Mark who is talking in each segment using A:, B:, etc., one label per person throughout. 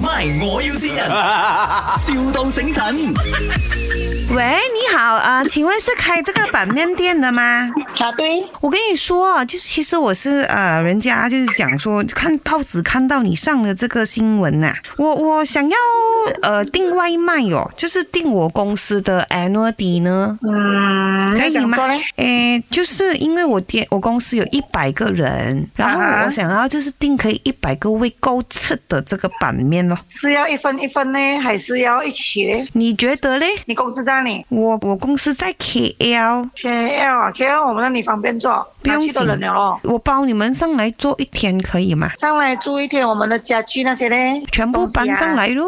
A: MY，我要先人，,笑到醒神。
B: 喂，你好啊、呃请问是开这个板面店的 吗？
C: 啊，对，
B: 我跟你说，就是其实我是呃，人家就是讲说看报纸看到你上了这个新闻呐、我我想要呃订外卖哦，就是订我公司的 annual d 呢，
C: 嗯，
B: 可以
C: 你
B: 吗
C: 说嘞？？
B: 诶，就是因为我店我公司有一百个人，然
C: 啊
B: 后
C: 哈
B: 我想要就是订可以一百个位够吃的这个版面咯，
C: 是要一份一份呢，还是要一起嘞？
B: 你觉得嘞？
C: 你公司在哪里
B: 我我公司在 KL。
C: ？KL 啊，KL 我们那里方便做，
B: 不用
C: 哪去都
B: 紧
C: 人了哦。
B: 我包你们上来做一天可以吗？
C: 上来住一天，我们的家具那些嘞，
B: 全部搬上
C: 东西啊。啊
B: 来喽！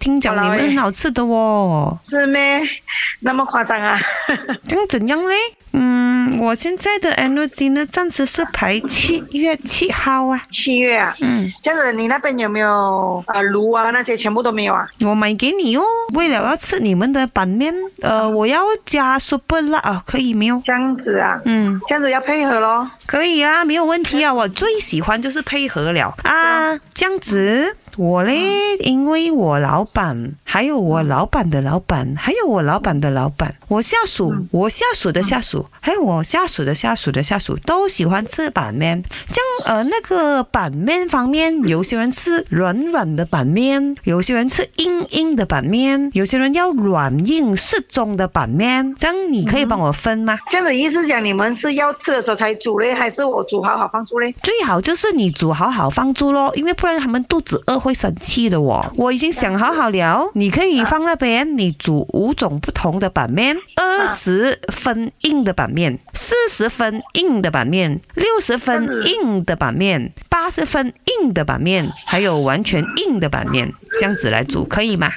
B: 听讲你
C: 好啦
B: 们
C: 喂
B: 很好吃的哦，
C: 是咩？ 那么夸张啊？
B: 这样怎样嘞？嗯，我现在的 annual d 呢，暂时是排七月七号啊。
C: 七月啊，
B: 嗯，
C: 这样子你那边有没有啊炉啊那些全部都没有啊？
B: 我买给你哦。为了要吃你们的板面，呃，我要加 super 辣啊，可以没有？
C: 这样子啊，
B: 嗯，
C: 这样子要配合咯。
B: 可以啊，没有问题啊。我最喜欢就是配合了啊，这样子。我嘞，因为我老板，还有我老板的老板，还有我老板的老板，我下属，我下属的下属，还有我下属的下属的下属，都喜欢吃板面。这样，呃，那个板面方面，有些人吃软软的板面，有些人吃硬硬的板面，有些人要软硬适中的板面。这样，你可以帮我分吗？
C: 这样子意思讲，你们是要吃的时候才煮嘞，还是我煮好好放住嘞？
B: 最好就是你煮好好放住咯，因为不然他们肚子饿会生气的哦。我已经想好好了，你可以放那边，你煮五种不同的版面：二十分硬的版面、四十分硬的版面、六十分硬的版面、八十分硬的版面，还有完全硬的版面，这样子来煮可以吗？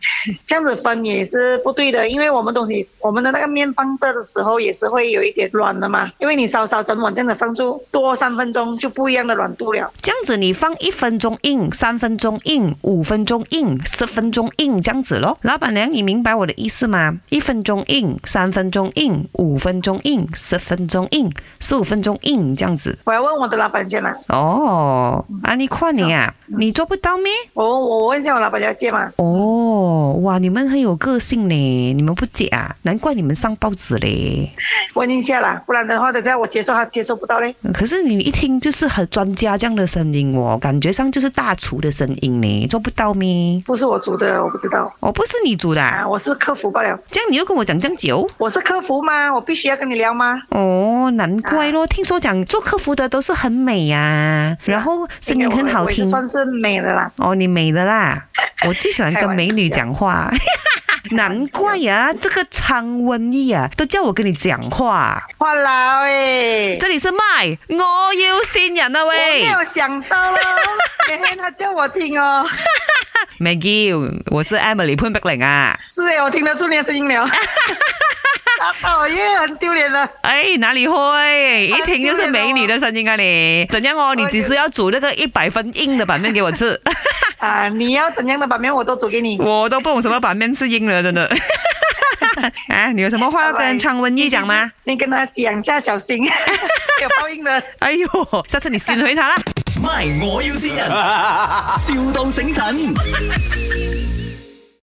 C: 这样子分也是不对的，因为我们东西，我们的那个面放这的时候也是会有一点软的嘛，因为你稍稍整碗这样子放住多三分钟就不一样的软度了。
B: 这样子你放一分钟硬，三分钟硬，五分钟硬，十分钟硬，这样子咯。老板娘，你明白我的意思吗？一分钟硬，三分钟硬，五分钟硬，十分钟硬，十五分钟硬，这样子。
C: 我要问我的老板先啦，
B: 哦，啊，你夸你啊，你做不到咩？
C: 我我问一下我老板要借吗？
B: 哦，哇，你们很有个性嘞，你们不解啊，难怪你们上报纸嘞。
C: 问一下啦，不然的话等下我接受他接受不到嘞。
B: 可是你一听就是很专家这样的声音哦，感觉上就是大厨的声音嘞，做不到咩？
C: 不是我煮的，我不知道
B: 哦，不是你煮的、啊
C: 啊，。我是客服罢了，
B: 这样你又跟我讲这样久？
C: 我是客服吗？我必须要跟你聊吗？
B: 哦，难怪
C: 啊
B: 咯，听说讲做客服的都是很美呀、然后声音很好
C: 哎我也是
B: 听。
C: 算是美的啦。
B: 哦，你美的 啦，我最喜欢跟美女讲话。难怪呀、这个苍瘟疫啊，都叫我跟你讲话。
C: 话痨 哎，
B: 这里是麦，我要新人啊
C: 我没
B: 喂
C: 有想到 咯，今天他叫我听哦。
B: ，Maggie，我是 Emily 潘碧玲啊。
C: 是哎，我听得出你的声音了。打宝耶，很丢脸的。
B: 哎，哪里会？
C: 哦
B: 一听就是美女的声音啊你。怎样哦？你只是要煮那个一百分硬的版面给我吃，
C: 啊，你要怎样的版面我都煮给你。
B: 我都不懂什么版面是硬了，真 的。哎，你有什么话要跟昌文义讲吗？
C: 你跟他讲一下，小心有报应的。
B: 哎呦，下次你先回他啦。
A: MY，我要先人，,笑到醒神。